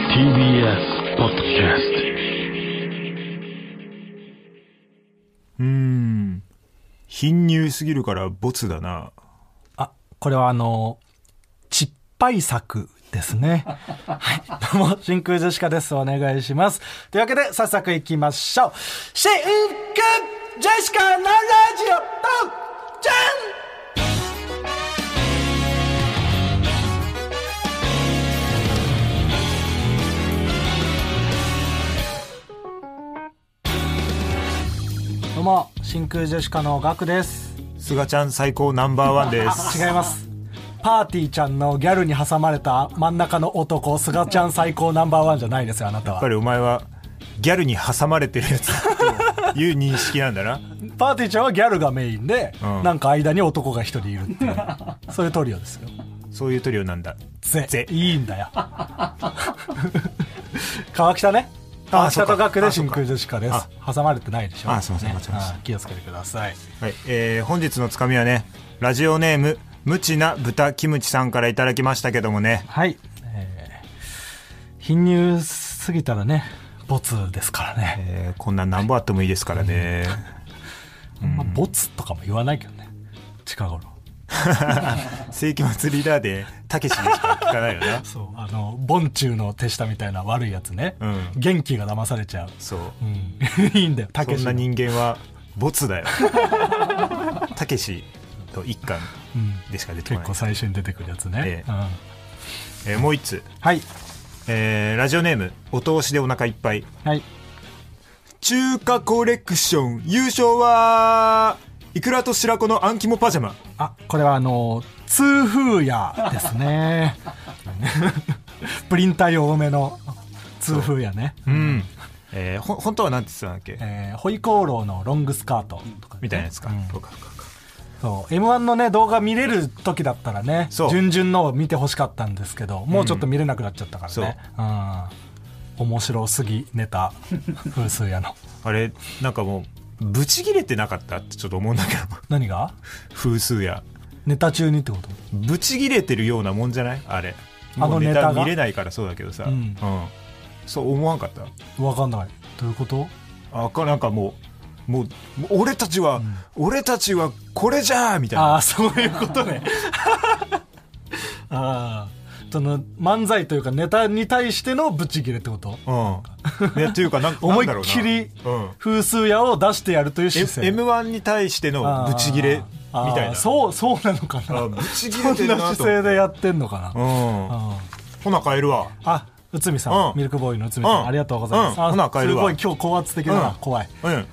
TBS ポッドキャスうーん貧乳すぎるからボツだなあ、これはあの、ちっぱい作ですね。はい。どうも、真空ジェシカです。お願いします。というわけで、早速行きましょう。真空ジェシカのラジオと、じゃんどうも、真空ジェシカのガクです。菅ちゃん最高ナンバーワンです 違いますパーティーちゃんのギャルに挟まれた真ん中の男すがちゃん最高ナンバーワンじゃないですよあなたやっぱはりお前はギャルに挟まれてるやつっていう認識なんだなパーティーちゃんはギャルがメインで、うんなんか間に男が一人いる っていうそういうトリオですよそういうトリオなんだぜぜいいんだよ川北ね川あそ北うかと学あでそう真か空ジェシカです挟まれてないでしょあすいませんね間違えましたあ気をつけてくださいはい、えー本日のつかみはねラジオネーム無知な豚キムチさんからいただきましたけどもねはい、えー、貧乳すぎたらねボツですからね、えーこんなん何本あってもいいですからねまあ、ボツとかも言わないけどね近頃世紀末リーダーでたけしにしか聞かないよなそうあのボンチューの手下みたいな悪いやつね、うん元気が騙されちゃう、そううん、 いいんだよたそけんしな人間はボツだよたけしと一巻でしか出てこ結ない、構最初に出てくるやつねえ、えうんえーもう一つ、はいえーラジオネームお通しでお腹いっぱいはい中華コレクション優勝はいくらと白子のあん肝パジャマあこれはあの痛風屋ですね プリン体多めの痛風屋ね、うん、えーほ本当は何て言ってたんだっけ、えー、ホイコーローのロングスカートとかねみたいなやつか、うんそうかそうかそうかそう m 1のね動画見れる時だったらねそう順々のを見てほしかったんですけどもうちょっと見れなくなっちゃったからね、うん面白すぎネタ 風水屋のあれなんかもうブチ切れてなかったってちょっと思うんだけど何が風数やネタ中にってことブチ切れてるようなもんじゃないあれあのもうネネタタが見れないからそうだけどさ、うんそう思わんかった分かんないどういうことあかなんかもうもうもう俺たちは、俺たちはこれじゃーみたいあなあそういうことね ああその漫才というかネタに対してのブチギレってことうん、ね、というかなんか 思いなんだろっうなきりうん風水屋を出してやるという姿勢 m 1に対してのブチギレみあーたいあーなそうそうなのかあなブチギそレんてるななと姿勢でやってんのかなうんうんほな帰るわあ、内海さん、うんミルクボーイの内海さん、うんありがとうございます。うんあほな帰るわすごい今日高圧的だな、うん怖い。うんうん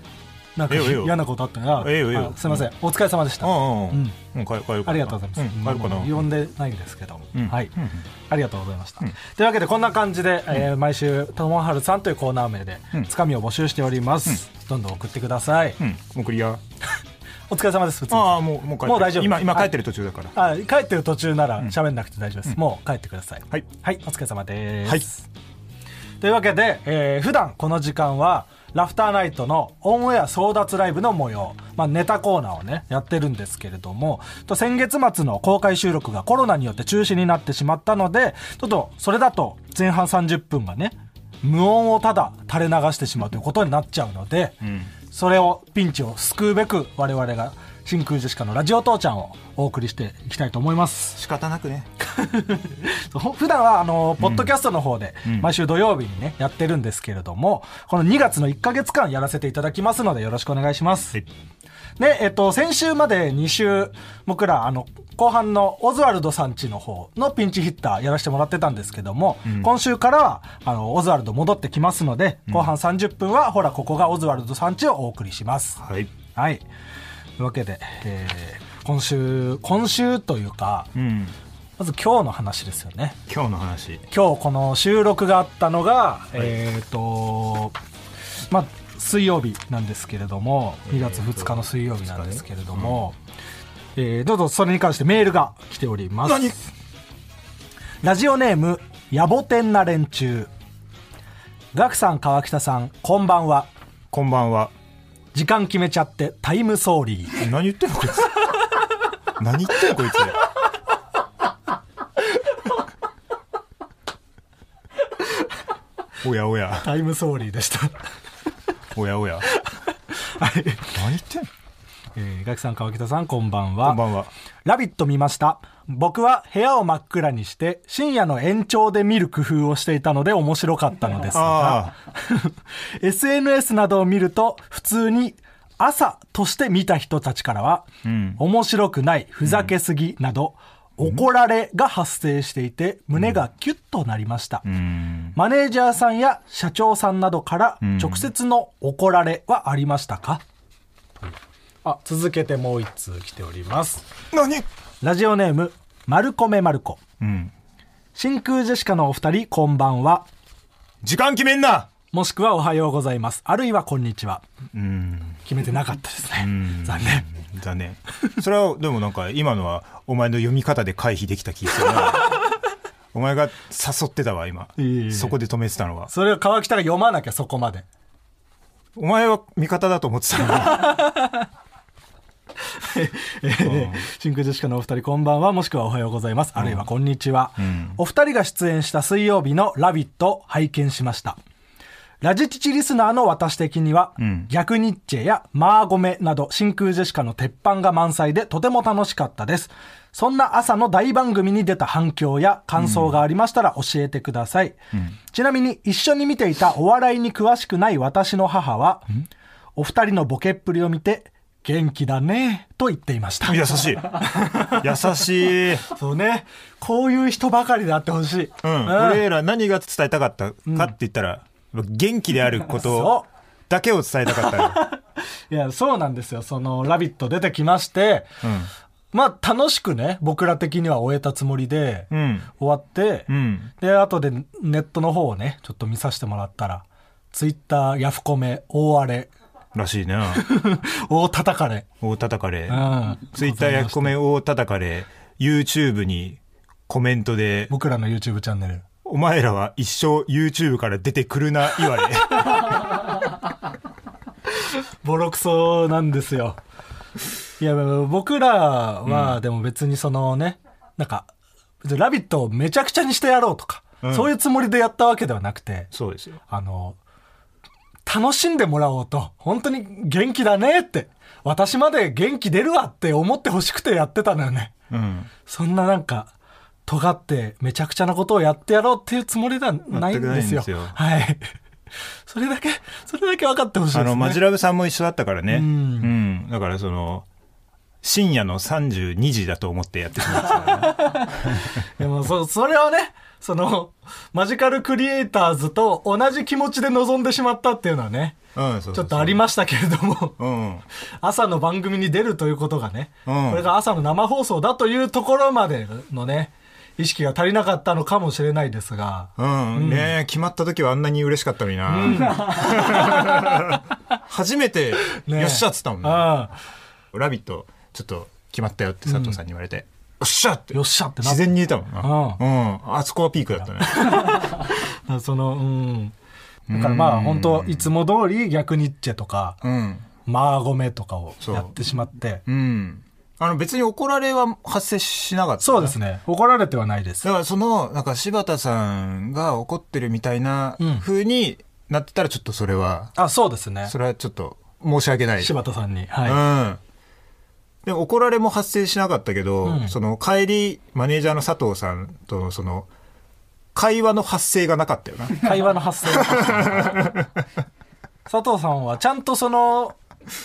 なんかええよええよ嫌なことあったな。ええよええよあすみません、お疲れ様でした。うんうんうん帰帰るかなありがとうございます。うん帰るかなもう呼んでないんですけども、うんはい、うんありがとうございました。というわけでこんな感じで、えー毎週ともはるさんというコーナー名で、うんつかみを募集しております。どんどん送ってください。うんもうクリアお疲れ様です。内海さんああもうもう帰ってるもう大丈夫今今帰ってる途中だからあ帰ってる途中なら喋んなくて大丈夫です、もう帰ってくださいはいお疲れ様です、というわけで、えー普段この時間はラフターナイトのオンエア争奪ライブの模様、まあ、ネタコーナーをねやってるんですけれどもと先月末の公開収録がコロナによって中止になってしまったのでちょっとそれだと前半30分がね無音をただ垂れ流してしまうということになっちゃうので、それをピンチを救うべく我々が真空ジェシカのラジオ父ちゃんをお送りしていきたいと思います。仕方な くねほ普段はあのポッドキャストの方で毎週土曜日にねやってるんですけれども、この2月の1ヶ月間やらせていただきますのでよろしくお願いします。はいで、えっと、先週まで2週、僕ら、あの、後半のオズワルドさんちの方のピンチヒッターやらせてもらってたんですけども、今週からは、あの、オズワルド戻ってきますので、後半30分は、ほら、ここがオズワルドさんちをお送りします。はいはい。というわけで、えー今週、今週というか、うんまず今日の話ですよね。今日の話今日この収録があったのが、えっ、とまあ水曜日なんですけれども2月2日の水曜日なんですけれども、えーどうぞそれに関してメールが来ております何ラジオネーム野暮天な連中ガクさん川北さんこんばんはこんばんは時間決めちゃってタイムソーリー何言ってんのこいつ何言ってんのこいつおやおや、タイムソーリーでした。おやおや。 はい。何言ってんのえー、ガキさん、川北さん、こんばんは。こんばんは。ラビット見ました。僕は部屋を真っ暗にして、深夜の延長で見る工夫をしていたので面白かったのですがあ、 SNS などを見ると、普通に朝として見た人たちからは、面白くない、ふざけすぎなど、怒られが発生していて、胸がキュッとなりました。マネージャーさんや社長さんなどから直接の怒られはありましたか、あ続けてもう一通来ております何ラジオネームマルコメマルコうん。真空ジェシカのお二人こんばんは時間決めんなもしくはおはようございますあるいはこんにちはうん。決めてなかったですね残念だね。それは、でもなんか、今のは、お前の読み方で回避できた気がするな。お前が誘ってたわ、今いえいえいえ。そこで止めてたのは。それを川北が読まなきゃそこまでお前は味方だと思ってたのに。えー 真空ジェシカのお二人こんばんはもしくはおはようございますあるいはこんにちは、お二人が出演した水曜日の「ラビット!」拝見しましたラジチチリスナーの私的には、逆ニッチェやマーゴメなど真空ジェシカの鉄板が満載でとても楽しかったですそんな朝の大番組に出た反響や感想がありましたら教えてください、ちなみに一緒に見ていたお笑いに詳しくない私の母は、お二人のボケっぷりを見て元気だねと言っていました優しい。優しい。そうねこういう人ばかりであってほしい、うん、俺ら何が伝えたかったかって言ったら、元気であるこそとだけを伝えたかったよいやそうなんですよその「ラビット!」出てきまして、まあ楽しくね僕ら的には終えたつもりで、うん終わって、うんで後でネットの方をねちょっと見させてもらったらツイッターヤフコメ大荒れ らしいな大叩かれ大叩かれうんツイッターやコメ大叩かれ YouTube にコメントで僕らの YouTube チャンネル「お前らは一生 YouTube から出てくるな」 言われボロクソなんですよ。いや、僕らは、でも別にそのね、なんか、別にラビットをめちゃくちゃにしてやろうとか、うんそういうつもりでやったわけではなくて、そうですよあの、楽しんでもらおうと、本当に元気だねって、私まで元気出るわって思ってほしくてやってたのよね。うんそんななんか、尖ってめちゃくちゃなことをやってやろうっていうつもりではない全んですよ。くないんですよはい。 それだけ、それだけ分かってほしいですあね。のマジラブさんも一緒だったからねううんん、だからその深夜の32時だと思ってやってしまったからねでもそ、それはね、その、マジカルクリエイターズと同じ気持ちで臨んでしまったっていうのはね、 うんそうそうそうちょっとありましたけれども、うん朝の番組に出るということがね、うんこれが朝の生放送だというところまでのね、意識が足りなかったのかもしれないですが、うん、ねえ決まった時はあんなに嬉しかったのにな、初めて、ねえよっしゃっつったもんねあ「ラビット!」ちょっと決まったよって佐藤さんに言われて「よっしゃ!」ってよっしゃってなっ自然に言えたもんなうん、あそこはピークだったねあ、その、うん。だからまあ本当いつも通り逆ニッチェとか、うんマーゴメとかをそうやってしまって、うんあの別に怒られは発生しなかったそうですね、怒られてはないです。だからそのなんか柴田さんが怒ってるみたいなうん風になってたらちょっとそれは、あ、そうですねそ。れはちょっと申し訳ない柴田さんに。はい。うん。でも怒られも発生しなかったけど、うんその帰り、マネージャーの佐藤さんとのその、会話の発生がなかったよな。会話の 発生佐藤さんはちゃんとその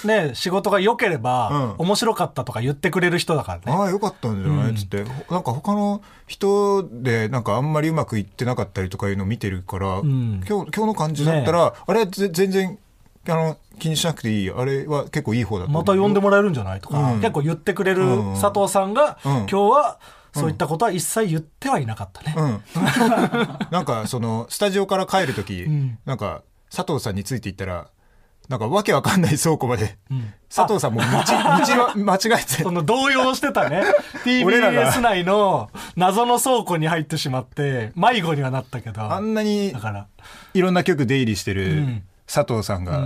ね仕事が良ければ、うん面白かったとか言ってくれる人だからねああ、よかったんじゃないつって、ほなんか他の人で、なんかあんまりうまくいってなかったりとかいうのを見てるから、ん今日、今日の感じだったら、あれぜ全然、あの、気にしなくていいよ。あれは結構いい方だと思まうた呼んでもらえるんじゃないとか、うん結構言ってくれるうん佐藤さんが、うん今日はそういったことは一切言ってはいなかったね、うん。なんか、その、スタジオから帰るとき、なんか、佐藤さんについていったら、なんか、わけわかんない倉庫まで、佐藤さんも道、道は間違えそて、の動揺してたね 俺らが TBS 内の謎の倉庫に入ってしまって迷子にはなったけどあだんなにからいろんな曲出入りしてる佐藤さんが、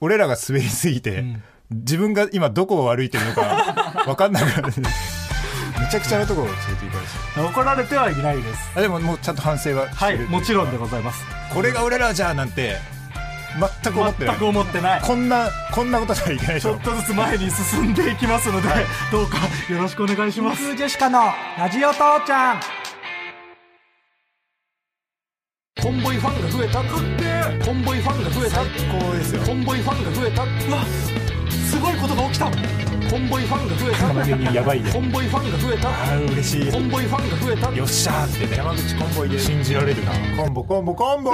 俺らが滑りすぎて、自分が今どこを歩いてるのか、わかんなくなって。ちゃくちゃなところを連れて行かれて怒られてはいないですあでももうちゃんと反省はしてはるいもちろんでございますこれが俺らじゃなんて全く思ってない全く思ってないこんなこんなことじゃいけないでしちょょっとずつ前に進んでいきますので、どうかよろしくお願いします。ジェシカのラジオ父ちゃん。コンボイファンが増えた。かってコンボイファンが増えた。こうですよコンボイファンが増えた。うわ、すごいことが起きた。コンボイファンが増えた。にやばいコンボイファンが増えた。あー嬉しいコンボイファンが増えた。よっしゃーってね山口コンボイで信じられるなコンボコンボコンボ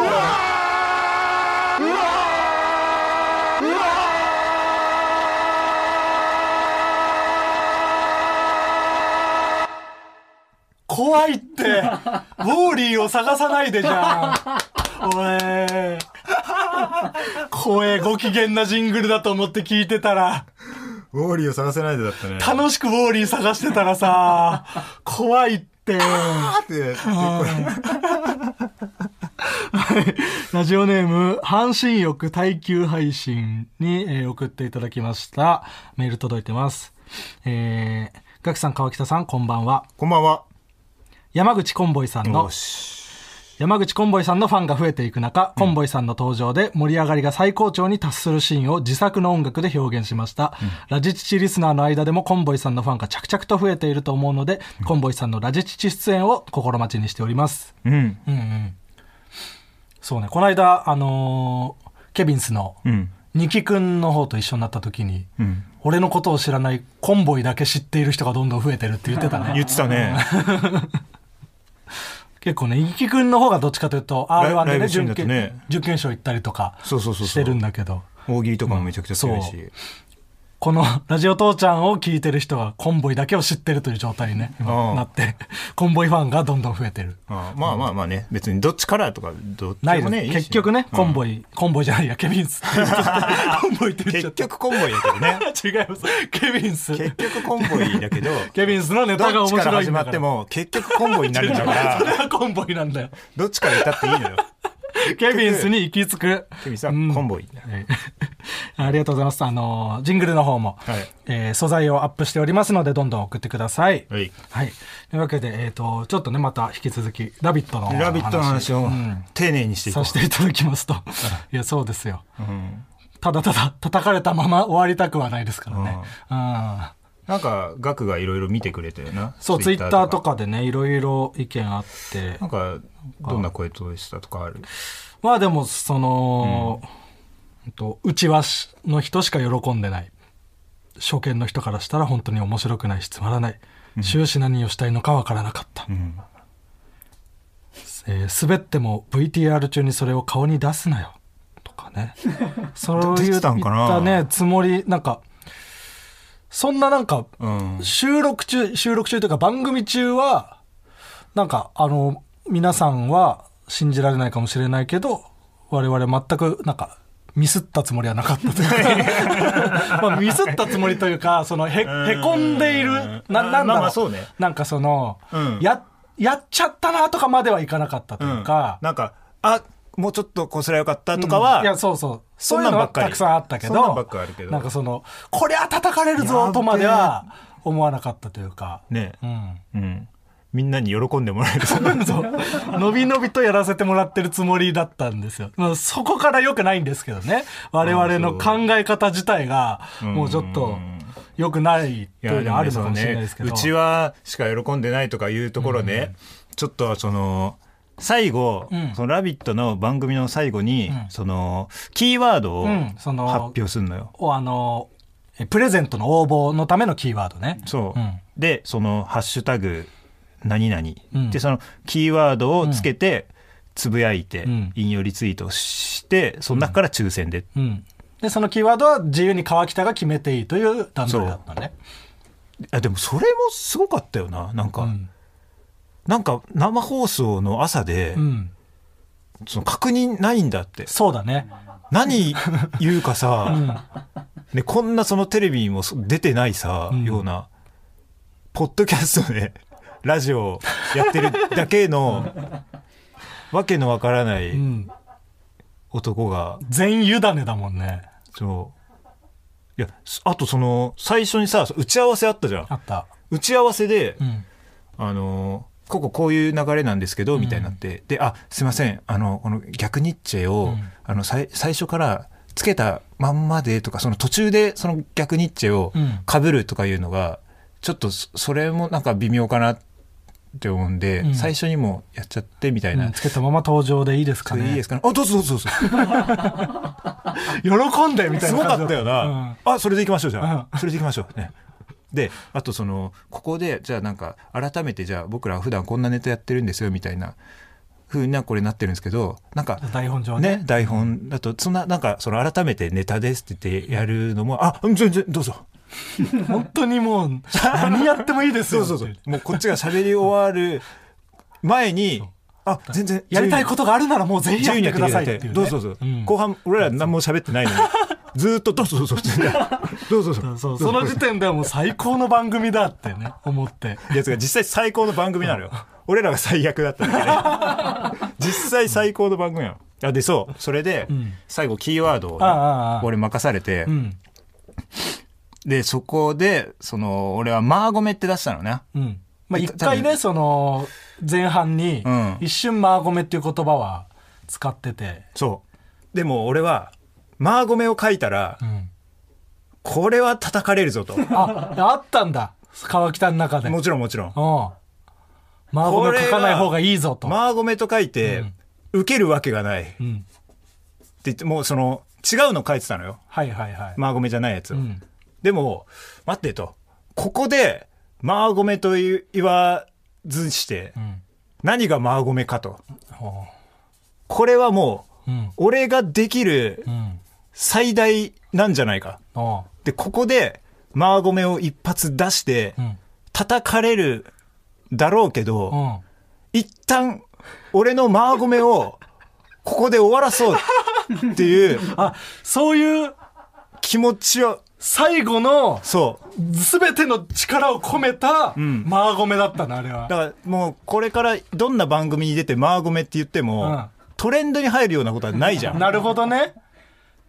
怖いって。ウォーリーを探さないでじゃん。おえ。声ご機嫌なジングルだと思って聞いてたら。ウォーリーを探せないでだったね楽しくウォーリー探してたらさ、怖いって。あーってラジオネーム、半身浴耐久配信に、えー送っていただきました。メール届いてます。えー、ガキさん、川北さん、こんばんは。こんばんは山口コンボイさんのよ、し山口コンボイさんのファンが増えていく中、コンボイさんの登場で盛り上がりが最高潮に達するシーンを自作の音楽で表現しました。ラジチチリスナーの間でもコンボイさんのファンが着々と増えていると思うので、コンボイさんのラジチチ出演を心待ちにしております。うんうんうん。そうね、この間、あのーケビンスの、うんニキ君の方と一緒になった時に、うん俺のことを知らないコンボイだけ知っている人がどんどん増えてるって言ってた ね。言ってたね結構ね、いきくんの方がどっちかというと、R1 ラでイね、ブシーン準だと決ね準決勝行ったりとかそうそうそうそうしてるんだけど、大喜利とかもめちゃくちゃ強いし、そう このラジオ父ちゃんを聞いてる人はコンボイだけを知ってるという状態にね、ああなって、コンボイファンがどんどん増えてる。あーまあまあまあね別にどっちからとかどっちないででもすねいいし結局ね、コンボイ、コンボイじゃないや、ケビン スって言っちゃった。コンボイって言っちゃ結った。局コンボイだけど ね違います。ケビンス。結局コンボイだけどケビンスのネタがど面っち白いんかだからら。始まっても結局コンボイになるんだか それらはコンボイなんだよ。どっちから歌っていいのよケビンスに行き着く。君さうんコンボイはい ありがとうございます。あの、ジングルの方も、はいえー素材をアップしておりますので、どんどん送ってください。はいはい。というわけで、えっ、と、ちょっとね、また引き続き、ラビットのラビットの話をうん丁寧にしていこうさせていただきますと。いや、そうですよ。うんただただ叩かれたまま終わりたくはないですからね。うん。なんかガクがいろいろ見てくれたよなそう、ツイッターとかでね、いろいろ意見あってな。んかどんな声としたとかあるまあでも、その、うんと、うちわの人しか喜んでない。初見の人からしたら本当に面白くないしつまらない。終始何をしたいのかわからなかった。んえー滑っても VTR 中にそれを顔に出すなよ。とか ね。そうい出うてたんかな言ったね、つもり、なんか、そんななんか、うん収録中、収録中というか番組中は、なんか、あの、皆さんは信じられないかもしれないけど、我々全く、なんか、ミスったつもりはなかったという か、まあミスったつもりというか、その、へ、へこんでいる、な、なんだろう。まあまあそうねなんかその、うんや、やっちゃったなとかまではいかなかったとういうんか、なんかあもうちょっとこうすりゃよかったとかうんいやはそうそうそそうんいなうんのばはっかりたくさんあったけどそんなんばっかあるけどなんかそのこりゃ叩かれるぞとまでは思わなかったというかねうんうんみんなに喜んでもらえ るそう伸び伸びとやらせてもらってるつもりだったんですよ、まあ、そこから良くないんですけどね我々の考え方自体がもうちょっと良くないいといやうでのもはあねるのそかのもしれないねですけどうちはしか喜んでないとかいうところねちょっとその最後「んそのラビット!」の番組の最後にんそのキーワードをうんそ発の表するのよ。おあのえプレゼントの応募のためのキーワードねそう、んでその「ハッシュタグ何々」うんでそのキーワードをつけてつぶやいて、うん引用リツイートしてその中から抽選で、うん、でそのキーワードは自由に川北が決めていいという段取りだったねあでもそれもすごかったよななんか、うんなんか生放送の朝で、うん、その確認ないんだってそうだね何言うか さ、ね、こんなそのテレビにもそ出てないさ、うんようなポッドキャストでラジオやってるだけ のわけのわからない、うん男が全委ねだもんねそういやすあとその最初にさ打ち合わせあったじゃんあった打打ち合わせで、んあのこここういう流れなんですけど、みたいになってであすいませんあのこの逆ニッチェを、あのさい最初からつけたまんまでとかその途中でその逆ニッチェをうんかぶるとかいうのが、ちょっとそそれもなんか微妙かなって思うんで、ん最初にもやっちゃってみたいな、うんつけたまま登場でいいですかそれねいいですかねあどうぞどうぞどうぞ 喜んでみたいすなごか感じったよな、あそれでいきましょうじゃあ、それでいきましょうねであとそのここでじゃあなんか改めてじゃあ僕らは普段こんなネタやってるんですよみたいな風なこれなってるんですけどなんかうん台本上ねね台本だとそんななんかその改めてネタですって言ってやるのもあうん全然どうぞ 本当にもう何やってもいいですそようそうそうってもうこっちが喋り終わる前にあ全然やりたいことがあるならもうぜひ自やっ由にてやっくてくだださいっさいっていていうう、ね、どうぞどうぞ、ね、ん後半俺ら何も喋ってないのにずーっとどうぞどうぞって言ってどうぞどうぞそうその時点ではもう最高の番組だってね思ってやつが実際最高の番組なのよ俺らが最悪だっただけで実際最高の番組なのあでそうそれで最後キーワードをね、ああああ俺任されて、うんでそこでその俺はマーゴメって出したのねうんまあい一回多ね分その前半にうん一瞬「マーゴメ」っていう言葉は使ってて、そうでも俺はマーゴメを書いたら、んこれは叩かれるぞ とああったんだ川北の中でもちろんもちろんうん。マーゴメ書かない方がいいぞと。マーゴメと書いて、受けるわけがないってうん。言ってもうその違うの書いてたのよはいはいはい。マーゴメじゃないやつを、うん。でも待ってとここでマーゴメと言言わずして、ん何がマーゴメかとほこれはもう、ううん。俺ができるうん。最大なんじゃないかおうでここでマーゴメを一発出して、うん。叩かれるだろうけど、うん。一旦俺のマーゴメをここで終わらそうっていうあ、そういう気持ちを最後のそう全ての力を込めたんマーゴメだったな、あれは。だからもうこれからどんな番組に出てマーゴメって言っても、うんトレンドに入るようなことはないじゃんなるほどね。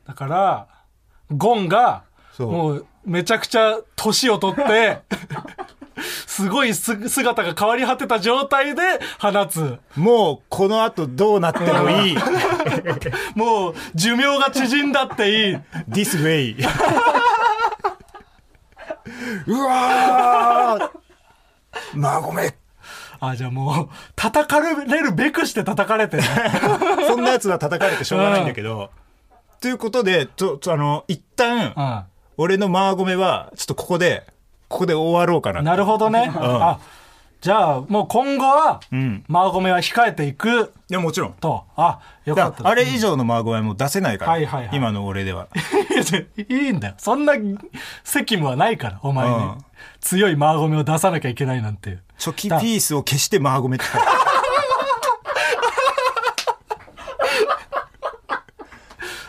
だから、ゴンが、そうもうめちゃくちゃ年を取って、 すごいす姿が変わり果てた状態で放つ。もうこの後どうなってもいいもう寿命が縮んだっていい。 This way うわーマーゴメあ、じゃあもう、叩かれるべくして叩かれてね。 そんなやつは叩かれてしょうがないんだけど、ということでちょちょあの一旦、う。俺のマーゴメはちょっとここでここで終わろうかなんなるほどね。あ、じゃあもう今後は、んマーゴメは控えていくいやもちろんと。あ、よかだっかた。らあれ以上のマーゴメはもう出せないから、はいはいはい今の俺で はいやいいんだよ。そんな責務はないから、お前に。うん強いマーゴメを出さなきゃいけないなんて。初期ピースを消してマーゴメって書いて ある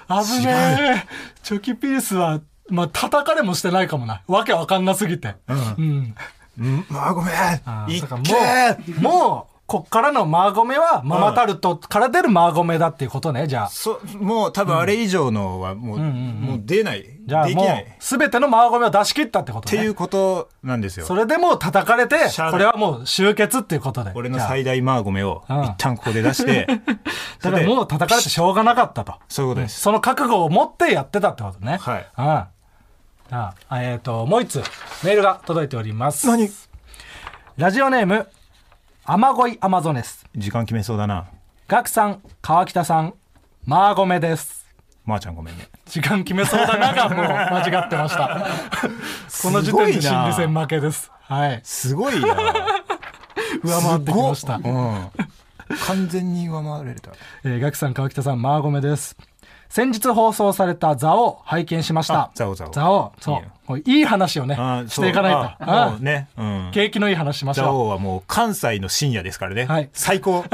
危ねえ。チョキピースは、まあ、叩かれもしてないかもな。わけわかんなすぎて。うん。うんマーゴメあいっだからけーもう、もう、こっからのマーゴメは、ママタルトから出るマーゴメだっていうことね、じゃあ。そもう多分あれ以上のはもう,、もう出ないじゃあできもないっう、すべてのマーゴメを出し切ったってことてね。いうことなんですよそれでもう叩かれてしゃあな、いこれはもう終結っていうことで。俺のじゃあ最大マーゴメをうん一旦ここで出して、 だからもう叩かれてしょうがなかったと。そういうことです、その覚悟を持ってやってたってことね。はいうん。じゃあ、えっ、と、もう一通、メールが届いております。何ラジオネーム、雨乞いアマゾネス。時間決めそうだなガクさん、川北さん、マーゴメです。まー、ちゃんごめんね時間決めそうだ ながもう間違ってましたこの時点で心理戦負けですはいすごいな 上回ってきましたすごっうん、完全に上回られたえーガクさん川北さんマーゴメです先日放送された「座を拝見しましたあザオザオザオそいういよもういい話をねあーしそうていかないとあもううんね。うん。景気のいい話しまし蔵ょ王はもう関西の深夜ですからね。はい最高。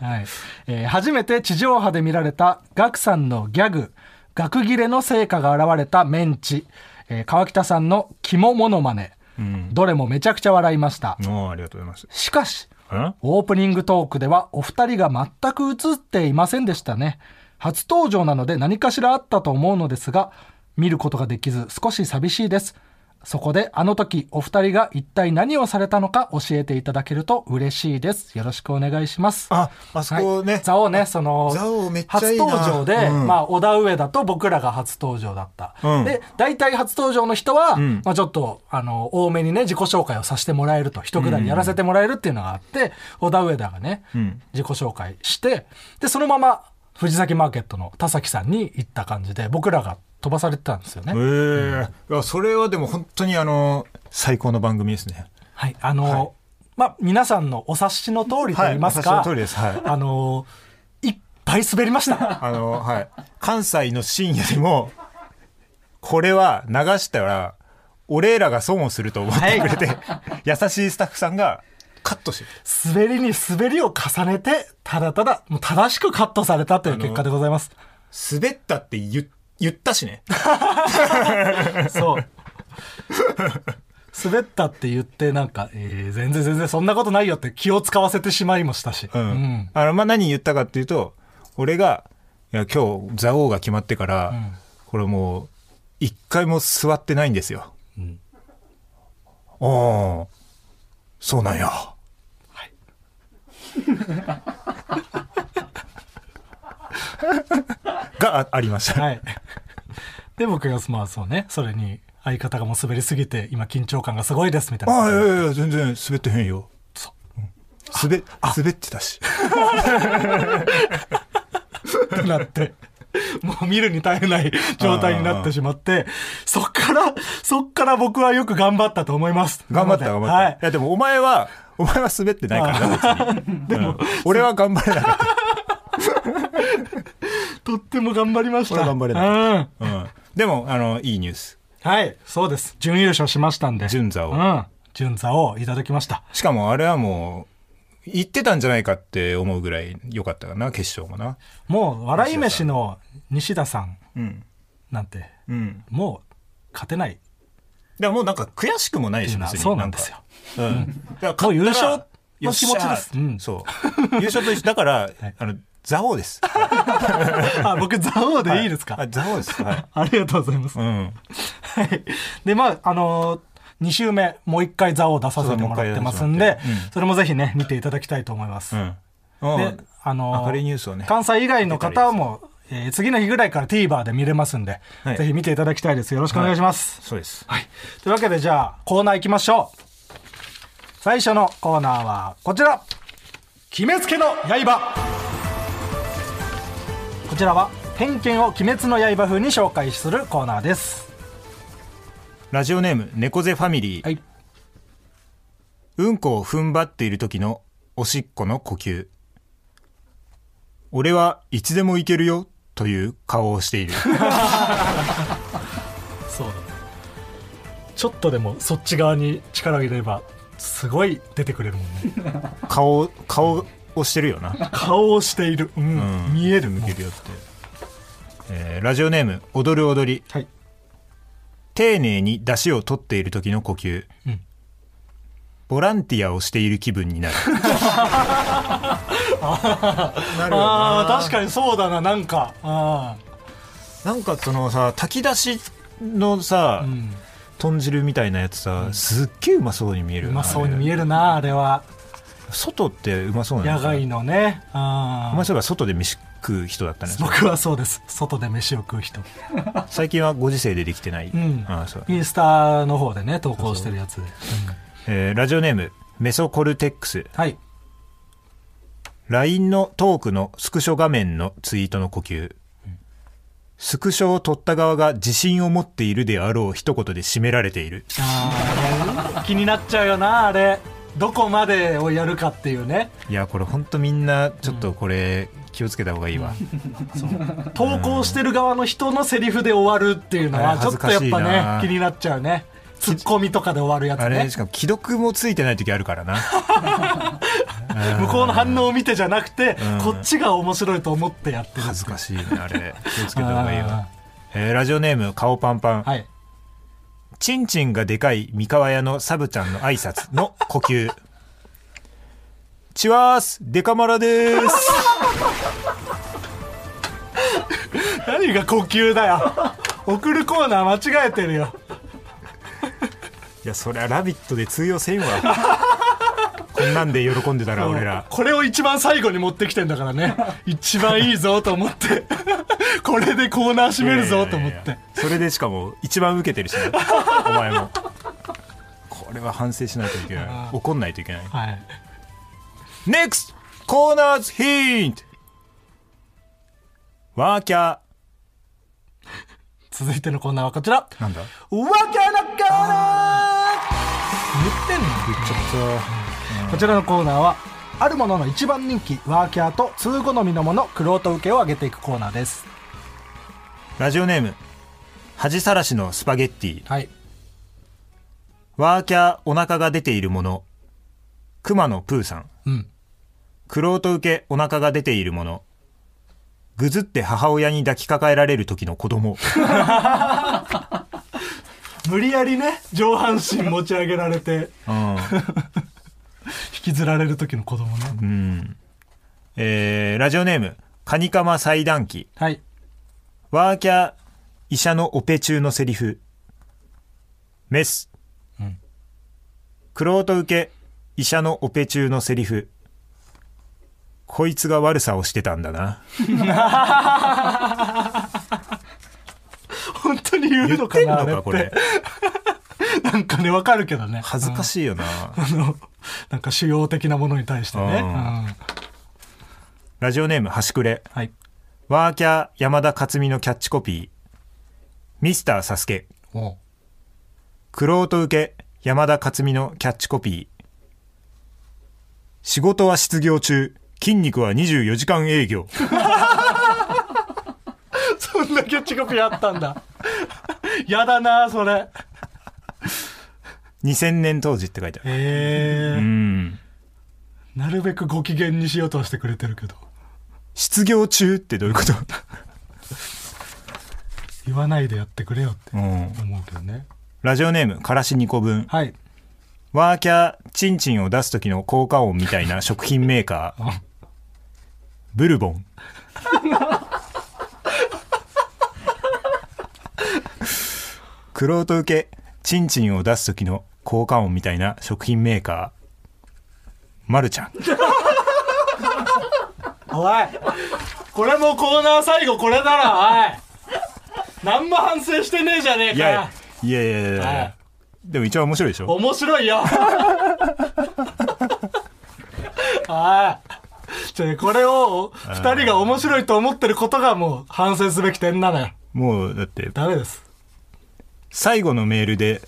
う、はいえー初めて地上波で見られたガクさんのギャグ「ガク切れの成果が現れたメンチ」えー川北さんの肝モノマネ、どれもめちゃくちゃ笑いました、もうありがとうございます。しかしんオープニングトークではお二人が全く映っていませんでしたね。初登場なので何かしらあったと思うのですが、見ることができず少し寂しいです。そこであの時お二人が一体何をされたのか教えていただけると嬉しいですよろしくお願いしますああそこね、はい蔵王ねその蔵王めっちゃい初いな登場で、うんまあ、織田上田と僕らが初登場だった、うんで大体初登場の人は、んまあ、ちょっとあの多めにね自己紹介をさせてもらえると一くだりやらせてもらえるっていうのがあって、織田上田がね、ん自己紹介してでそのまま藤崎マーケットの田崎さんに行った感じで僕らが飛ばされてたんですよね、ええいやそれはでも本当にあの最高の番組ですねはい、あの、まあ、皆さんのお察しの通りと言いますか、はいお察しの通りですはいあの、いっぱい滑りま した。あのはい関西の深夜でもこれは流したら俺らが損をすると思ってくれて、優しいスタッフさんがカットして滑りに滑りを重ねて、ただただ、もう正しくカットされたという結果でございます。滑ったって言言ったしねそう。 滑ったって言って、なんか、えー全然全然そんなことないよって気を使わせてしまいもしたし。うんあのまあ、何言ったかっていうと俺がいや今日蔵王が決まってから、これもう一回も座ってないんですよ、んああそうなんや があありました、はい。で、僕が、まあそうね、それに、相方がもう滑りすぎて、今緊張感がすごいです、みたいな。ああいやいやいや全然滑ってへんよそうん滑滑ってたしってなって。もう見るに耐えない状態になってしまって、そっから、そっから僕はよく頑張ったと思います。頑張ったなの頑張でった、はいい、やでもお前はお前は滑ってないから な別にでも、うん俺は頑張れなかったとっても頑張りました。これ頑張れなううん。んでもあのいいニュースはい、そうです。準優勝しましたんで。準座をうん。準座をいただきました。しかもあれはもう言ってたんじゃないかって思うぐらい良かったかな決勝もなもう、笑い飯の西田さんうんなんて、うんもう、勝てない。 でももうなんか悔しくもないし別にそうなんですよ。なんかうんだからもう優勝勝ったらの気持ちでよっしゃすーうんそう優勝と一緒だから、あの座王 ですあ、僕、座王でいいですか、あ座王ですはいありがとうございます。うんはい。で、まあ、あのー、2週目、もう一回座を出させてもらってますんそうもで、う一回出させてもらってうんそれもぜひね、見ていただきたいと思います。うんで、あのー明るいニュースをね関西以外の方も、えー次の日ぐらいから TVer で見れますんで、はいぜひ見ていただきたいです。よろしくお願いします。そうですはい。というわけで、じゃあ、コーナー行きましょう。最初のコーナーはこちら決めつけの刃こちらは偏見を鬼滅の刃風に紹介するコーナーですラジオネーム猫背ファミリー、はいうんこを踏ん張っている時のおしっこの呼吸。俺はいつでもいけるよという顔をしている。そうだねちょっとでもそっち側に力を入れればすごい出てくれるもん ね顔、顔をしてるよな。顔をしている、うんうん見える向もうけるよって。えーラジオネーム、踊る踊り。はい丁寧に出汁を取っている時の呼吸。うんボランティアをしている気分に なる。なああ確かにそうだななんかあ なんかそのさ、炊き出しのさ、あうん豚汁みたいなやつさ、すっげえうまそうに見えるうよなまそうにあれ見えるなあれは外ってうまそうな野のかな外のねあお前あそういえば外で飯食う人だったね僕はそうです外で飯を食う人最近はご時世でできてない、うんああそうインスタの方でね投稿してるやつでうんえーラジオネームメソコルテックスはい LINE のトークのスクショ画面のツイートの呼吸スクショを取った側が自信を持っているであろう一言で締められているあー気 になっちゃうよなあれどこまでをやるかっていうねいやこれほんとみんなちょっとこれ気をつけた方がいいわ、投稿してる側の人のセリフで終わるっていうのあはれち恥ょっずとかしやっいなぱね気になっちゃうねツッコミとかで終わるやあれしつねかも既読もついてない時あるからな向こうの反応を見てじゃなくてうんこっちが面白いと思ってやってる恥ずかしいしいねあれ気をつけた方がいい わ、えーラジオネーム顔パンパン、はい、チンチンがでかい三河屋のサブちゃんの挨拶の呼吸。チワース、デカマラです。何が呼吸だよ送るコーナー間違えてるよやそりゃ「ラビット!」で通用せんわ こんなんで喜んでたら俺ら これを一番最後に持ってきてんだか らね一番いいぞと思って これでコーナー締めるぞと思っいやいてやいやそれでしかも一番受けてるしねお前もこれは反省しないといけない怒んないといけないはい NEXT コーナーズヒントワーキャー続いてのコーナーはこちらなんだ言っわけのコーナー言ってんのちゃったこちらのコーナーはあるものの一番人気ワーキャーと通好みのものクロート受けを上げていくコーナーですラジオネーム恥さらしのスパゲッティはいワーキャーお腹が出ているもの熊野プーさんうんクロート受けお腹が出ているものぐずって母親に抱きかかえられる時の子供無理やりね上半身持ち上げら れてうん、引きずられる時の子供ねうんえーラジオネームカニカマ裁断機はいワーキャー医者のオペ中のセリフメス、うんクロート受け医者のオペ中のセリフこいつが悪さをしてたんだな本当に言う言のっかてんなのかこあれってれなんかねわかるけどね恥ずかい、しいよ なうんあのなんか主要的なものに対してね、うんうんラジオネーム端くれはいワーキャー山田勝美のキャッチコピーミスターサスケおうクロート受け山田勝美のキャッチコピー仕事は失業中筋肉は24時間営業そんなキャッチコピーあったんだ やだなそれ2000年当時って書いてあるええうんなるべくご機嫌にしようとはしてくれてるけど失業中ってどういうこと言わないでやってくれよってうん思うけどねラジオネームからし2個分はいワーキャーチンチンを出す時の効果音みたいな食品メーカーブルボンクロート受けチンチンを出す時の効果音みたいな食品メーカーまるちゃんおいこれもうコーナー最後これだろおい何も反省してねえじゃねえいかやよいやいやいやいはいやでも一番面白いでしょ面白いよ おいじゃあこれを2人が面白いと思ってることがもう反省すべき点なのよもうだってダメです最後のメールで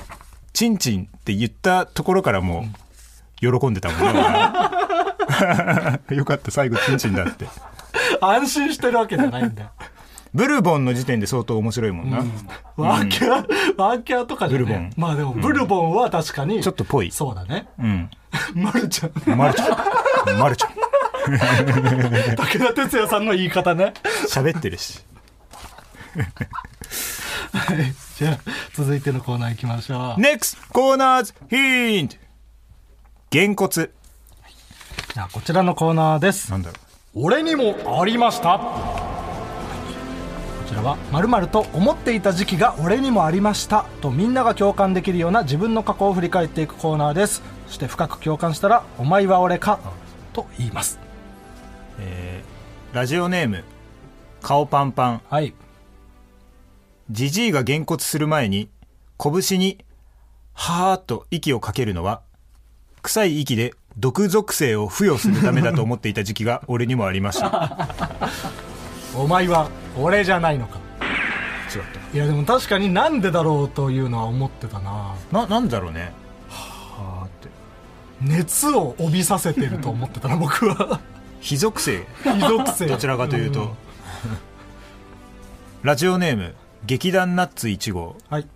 「チンチン」って言ったところからもう喜んでたもんね俺よかった最後チンチンだって安心してるわけじゃないんだよブルボンの時点で相当面白いもんな、ワーキャー、ワーキャーとかじゃねブルボンまあでも、ブルボンは確かに。ちょっとぽいそうだね。うん マルちゃん。まるちゃんまるちゃん武田鉄矢さんの言い方ね。喋ってるしはい。じゃあ、続いてのコーナー行きましょう。 NEXT コーナーズヒントげんこつじゃあ、こちらのコーナーです。なんだろ俺にもありました。こちらは、まると思っていた時期が俺にもありました。とみんなが共感できるような自分の過去を振り返っていくコーナーです。そして深く共感したら、お前は俺か、と言います。う、えーラジオネーム顔パンパンはい。ジジイがげんこつする前に拳に「はーっと息をかけるのは臭い息で毒属性を付与するためだと思っていた時期が俺にもありましたお前は俺じゃないのか。違ったいやでも確かになんでだろうというのは思ってたなななんだろうねはーって熱を帯びさせてると思って たな僕は非属性非属性どちらかというと、 んラジオネーム劇団ナッツ1号はい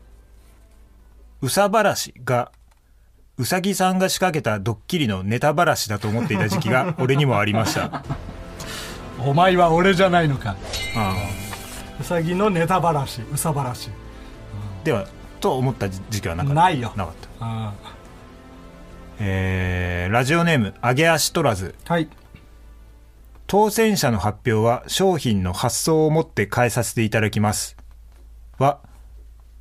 うさばらしがうさぎさんが仕掛けたドッキリのネタばらしだと思っていた時期が俺にもありましたお前は俺じゃないのかあうさぎのネタばらしうさばらしーではと思った時期はなかったないよなかったあえーラジオネーム揚げ足取らずーはい当選者の発表は商品の発送をもって変えさせていただきますは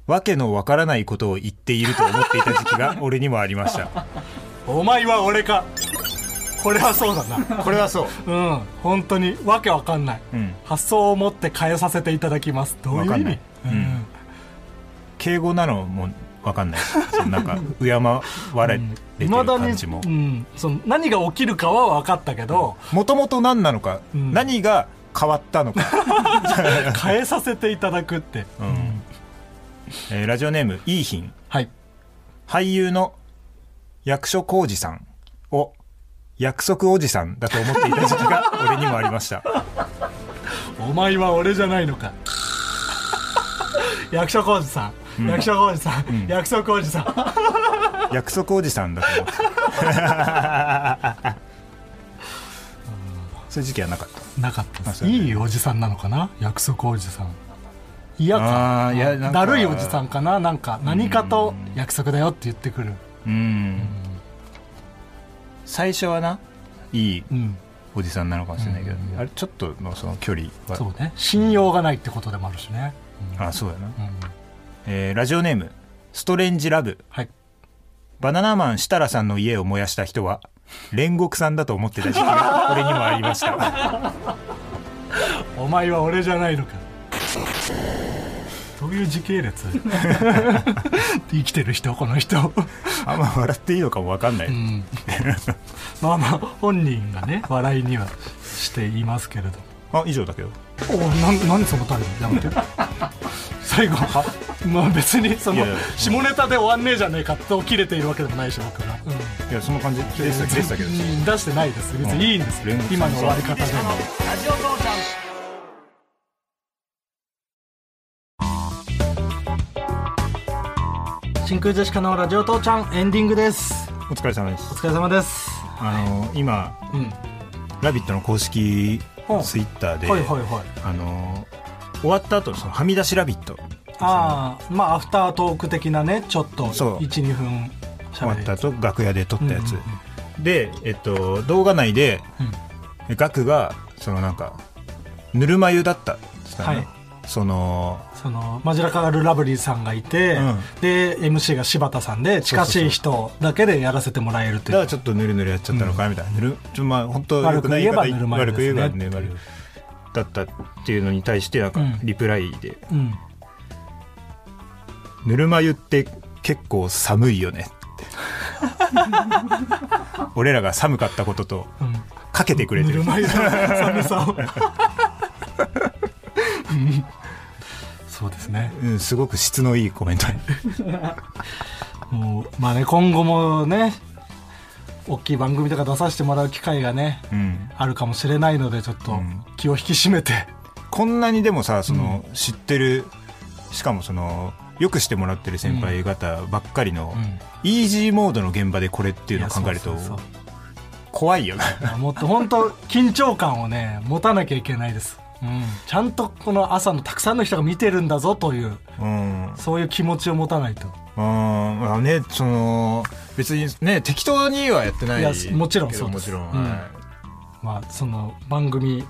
わけのわからないことを言っていると思っていた時期 が俺にもありましたお前は俺かこれはそうだな これはそううん本当にわけわかんない、うん発想を持って変えさせていただきますどういう意わか味んないうん敬語なのもわかんないしそのなんか敬われてる未だに感じもうん、その何が起きるかは分かったけど、もともと何なのか、うん何が変わったのか、変えさせていただくって、うんえーラジオネームいいひんはい俳優の役所広司さんを約束おじさんだと思っていた時期 が俺にもありましたお前は俺じゃないの か 役所広司さん、役所広司さん、役所広司さん約束おじさんだと思ってたそういう時期はなかったなかったであすそうだねいいおじさんなのかな役所広司さん嫌かあーいやなんかだるいおじさんかななんか何かと約束だよって言ってくるうん最初はないいうんおじさんなのかもしれないけど、あれちょっとのその距離はそうね信用がないってことでもあるしね、あそうやな、うん、えーラジオネームストレンジラブはいバナナマン設楽さんの家を燃やした人は煉獄さんだと思ってた時期 が俺にもありましたお前は俺じゃないのかどういう時 系列生きてる人この人、あんま笑っていいのかも分かんない、うん、まあまあ本人がね笑いにはしていますけれどあ以上だけどおなん何その態度やめ て最後はまあ別にそいのやいや下ネタで終わんねえじゃねえかと切れているわけでもないし僕が、うんいやその感じでしたでしたけどうん出してないです別にいいんですよ、うん今の終わり方でも。真空ジェシカのラジオ父ちゃんエンディングですお疲れ様でおす疲れ様ですあの今うんは「ラビット!」の公式うんツイッターいで、はいはいあの終わった後のそのはみ出しラビット」ああまあアフタートーク的なねちょっとそう12分し終ゃわべった後楽屋で撮ったやつ、うんうんで、えっと、動画内で、ガクがそのなんかぬるま湯だったっつったのねはいそのそのマジラカールラブリーさんがいて、うんで MC が柴田さんで近しい人だけでやらせてもらえるだといかうらちょっとぬるぬるやっちゃったのかみたいな、ぬるちょまあ本当良くない言い方悪く言えばぬるま湯悪く言えばですねぬるま湯だったっていうのに対してなんかうんリプライでうん「ぬるま湯って結構寒いよね」っ て俺らが寒かったこととうんかけてくれてるぬるま湯の寒さをうんそうですねうん、すごく質のいいコメントにもうまあね今後もね大きい番組とか出させてもらう機会がね、うんあるかもしれないのでちょっとん気を引き締めて、こんなにでもさその、知ってるしかもそのよくしてもらってる先輩方ばっかりの、うんイージーモードの現場でこれっていうのを考えるいとやそうそうそう怖いよないやもっと本当緊張感をね持たなきゃいけないです、うん、ちゃんとこの朝のたくさんの人が見てるんだぞといううんうんそういう気持ちを持たないとまあねその別にね適当にはやってないいやもちろんけどそうでもすちろん、うんはまあその番組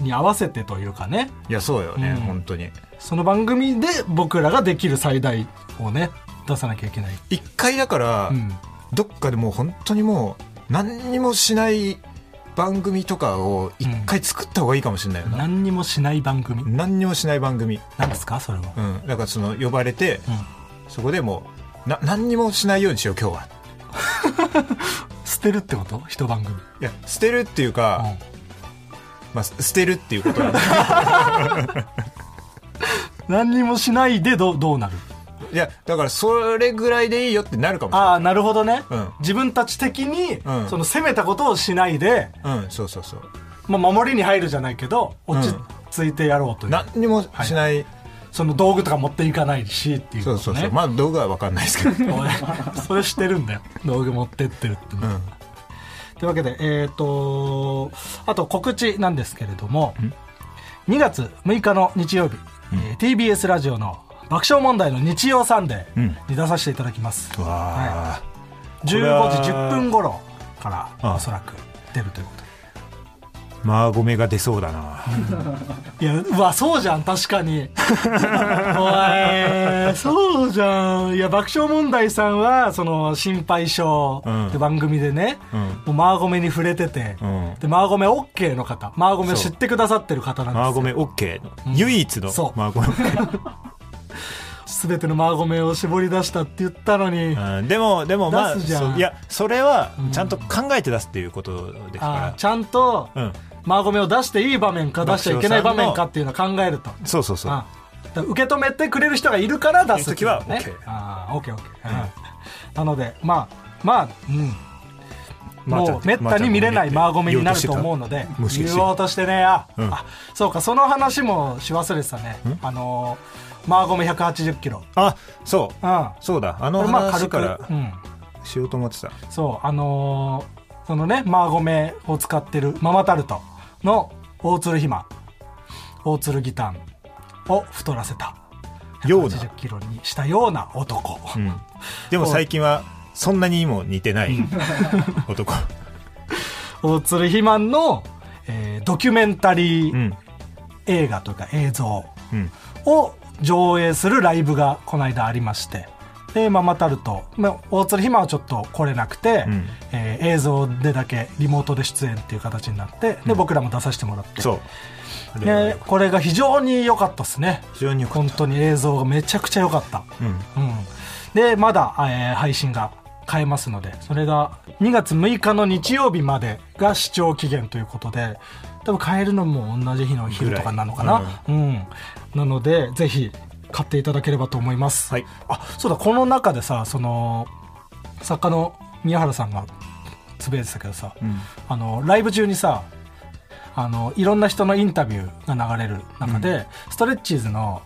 に合わせてというかねいいやそうよね、うん本当にその番組で僕らができる最大をね出さなきゃいけない、一回だから、うん、どっかでもう本当にもう何にもしない番組とかを一回作った方がいいかもしれないよな、何にもしない番組何にもしない番組なんですかそれは、うん、だからその呼ばれて、うん、そこでもうな何にもしないようにしよう今日は捨てるってこと一番組、いや捨てるっていうか、まあ、捨てるっていうことはうん、何にもしないでどうどうなる いやだからそれぐらいでいいよってなるかもしああなるほどね、うん自分たち的に、うんその攻めたことをしないで、れないうんそうそうそうまあ、守りに入るじゃないけど落ち着いてやろうという、何にもしない、その道具とか持っていかないしっていうこそとうねそうそう、まあ道具は分かんないですけどうん俺 それしてるんだよ道具持ってってるって、というわけでえっ、とあと告知なんですけれども2月6日の日曜日、えー TBS ラジオの爆笑問題の日曜サンデうんーに出させていただきます、うわあ、 15時10分頃かあらおそらく出るということでマーゴメが出そうだな。いやうわそうじゃん確かに おいそうじゃんいや爆笑問題さんはその心配性うんって番組でね、うんもうマーゴメに触れてて、うんでマーゴメ OK の方マーゴメを知ってくださってる方なんですよマーゴメ OK の、唯一のそうマーゴ メ OK 全てのマーゴメを絞り出したって言ったのに、うんでもでもまあ出すじゃんそういやそれはちゃんと考えて出すっていうことですあかーちゃんとら、うん、マーゴメを出していい場面か出しちゃいけない場面かっていうのを考えるとそうそうそうあだから受け止めてくれる人がいるから出すっていういる時は OK ああ OKOK、うんなのでまあまあうんまあちゃんともうめったに見れないマーゴメになると思うのでもしかして言おうとしてねあ,、うんあそうかその話もし忘れてたねあのーマーゴメ180キロあそううんそうだあこのれまあ話軽く、からうん、しようと思ってた、そうあのーそのねマーゴメを使ってるママタルトの大鶴ひま大鶴ギタンを太らせたような80キロにしたような男、うん、でも最近はそんなにも似てない男大鶴ひまんの、えードキュメンタうリーん映画というか映像うんを上映するライブがこの間ありましてでママタルト、まあ、大鶴ひまはちょっと来れなくて、うんえー映像でだけリモートで出演っていう形になってで僕らも出させてもらってそうあれはねね、これが非常に良かったですね非常によかっ本当に映像がめちゃくちゃ良かった、たうんうん、でまだ、えー配信が変えますのでそれが2月6日の日曜日までが視聴期限ということで多分変えるのも同じ日の昼とかなのかな、うんなのでぜひ買っていただければと思います、はいあそうだこの中でさその作家の宮原さんがつぶやいてたけどさ、うんあのライブ中にさあのいろんな人のインタビューが流れる中で、ストレッチーズの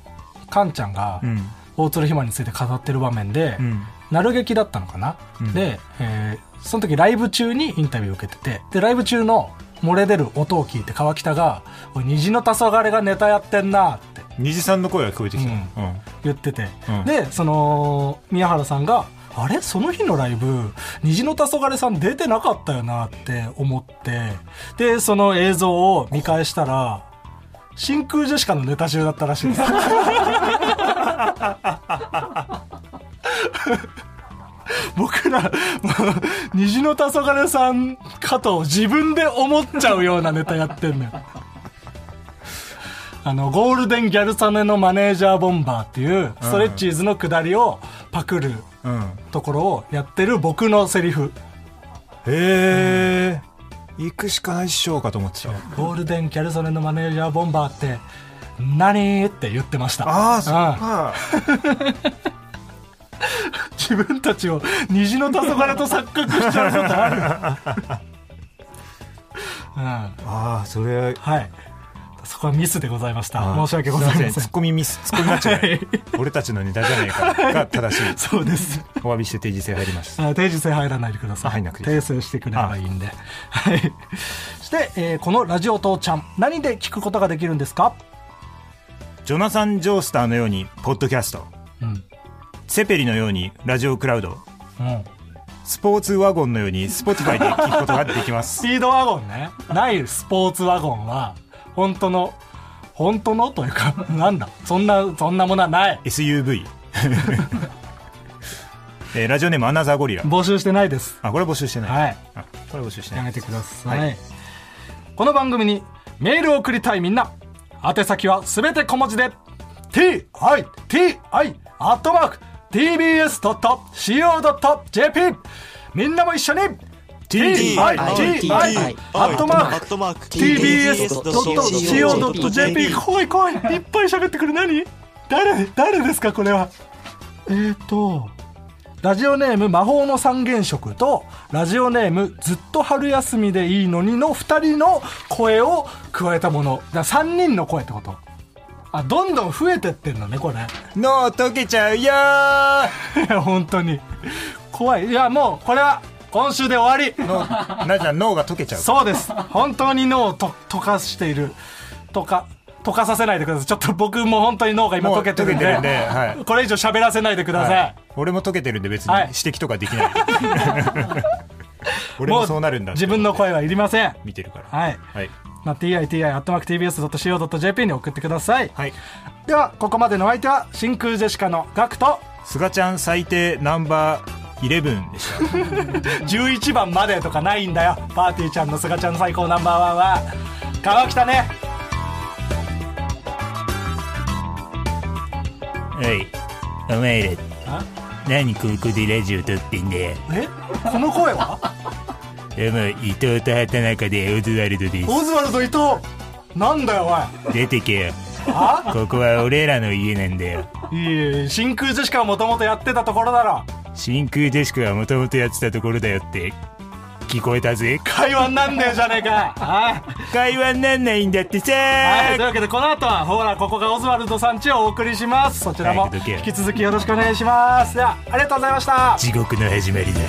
カンちゃんがうん大鶴ひまについて語ってる場面で、うんなる劇だったのかな、うんで、えーその時ライブ中にインタビューを受けててでライブ中の漏れ出る音を聞いて川北が「おい虹の黄昏がネタやってんな」って虹さんの声が聞こえてきた、ううん言ってて、うんでその宮原さんが「あれその日のライブ虹の黄昏さん出てなかったよな」って思ってでその映像を見返したら真空ジェシカのネタ中だったらしいです。 僕ら、もう虹の黄昏さんかと自分で思っちゃうようなネタやってんのよ。あの、ゴールデンギャルサネのマネージャーボンバーっていう、ストレッチーズの下りをパクるうんへところをやってる僕のセリフ。え、行くしかないっしょうかと思ってたゴールデンギャルサネのマネージャーボンバーって、何って言ってました。ああそっうんか自分たちを虹の黄昏と錯覚しちゃうことある うんああそれははいそこはミスでございましたあ申し訳ございませんすまツッコミミスツッコミ間違い俺たちのネタじゃねえかが正しいそうですお詫びして定時制入りましたあ定時制入らないでください入んなくていい訂正してくれればいいんではいそして、えーこの「ラジオ父ちゃん」何で聞くことができるんですか、ジョナサン・ジョースターのようにポッドキャストうんうん、セペリのようにラジオクラウドスポーツワゴンのように Spotify で聞くことができまスすピードワゴンねないスポーツワゴンは本当の本当のというかなんだそんなそんなものはない SUV えーラジオネームアナザーゴリラ募集してないですあこれは募集してない、はいあこれは募集してやないめてください、はこの番組にメールを送りたいみんな宛先はすべて小文字で TITI アットマーク TBS.CO.JP みんなも一緒に TITI ア TITI ットマークトマーク TBS.CO.JP 怖い怖いいっぱい喋ってくる何誰誰ですかこれはえーとラジオネーム魔法の三原色とラジオネームずっと春休みでいいのにの2人の声を加えたものだ3人の声ってことあどんどん増えてってんのねこれ 脳溶けちゃうよいや本当に怖いいやもうこれは今週で終わりーなじゃん脳が溶けちゃうそうです本当に脳をと溶かしているとか溶かさせないでくださいちょっと僕も本当に脳が今もう溶けてるんで溶けてるんではいこれ以上喋らせないでください、はい俺も溶けてるんで別にはい指摘とかでき ない、俺もそうなるんだって自分の声はいりません見てるからはいはいまあ、titi.tbs.co.jp に送ってください、はいではここまでのお相手は真空ジェシカのガクとすがちゃん最低ナンバー11でした11番までとかないんだよパーティーちゃんのすがちゃんの最高ナンバーワンは川北ねおい、お前らあ、何ここでラジオ撮ってんだよ。えこの声は どうも、伊藤と畑中でオズワルドです。オズワルド伊藤なんだよおい出てけよ。あここは俺らの家なんだよ。いいえ真空ジェシカはもともとやってたところだろ真空ジェシカはもともとやってたところだよって、聞こえたぜ。会話になんねえじゃねえかはい 会話になんないんだってさはい、というわけでこの後はほらここがオズワルドさんちをお送りしますそちらもはいどけ引き続きよろしくお願いしますではありがとうございました地獄の始まりだ。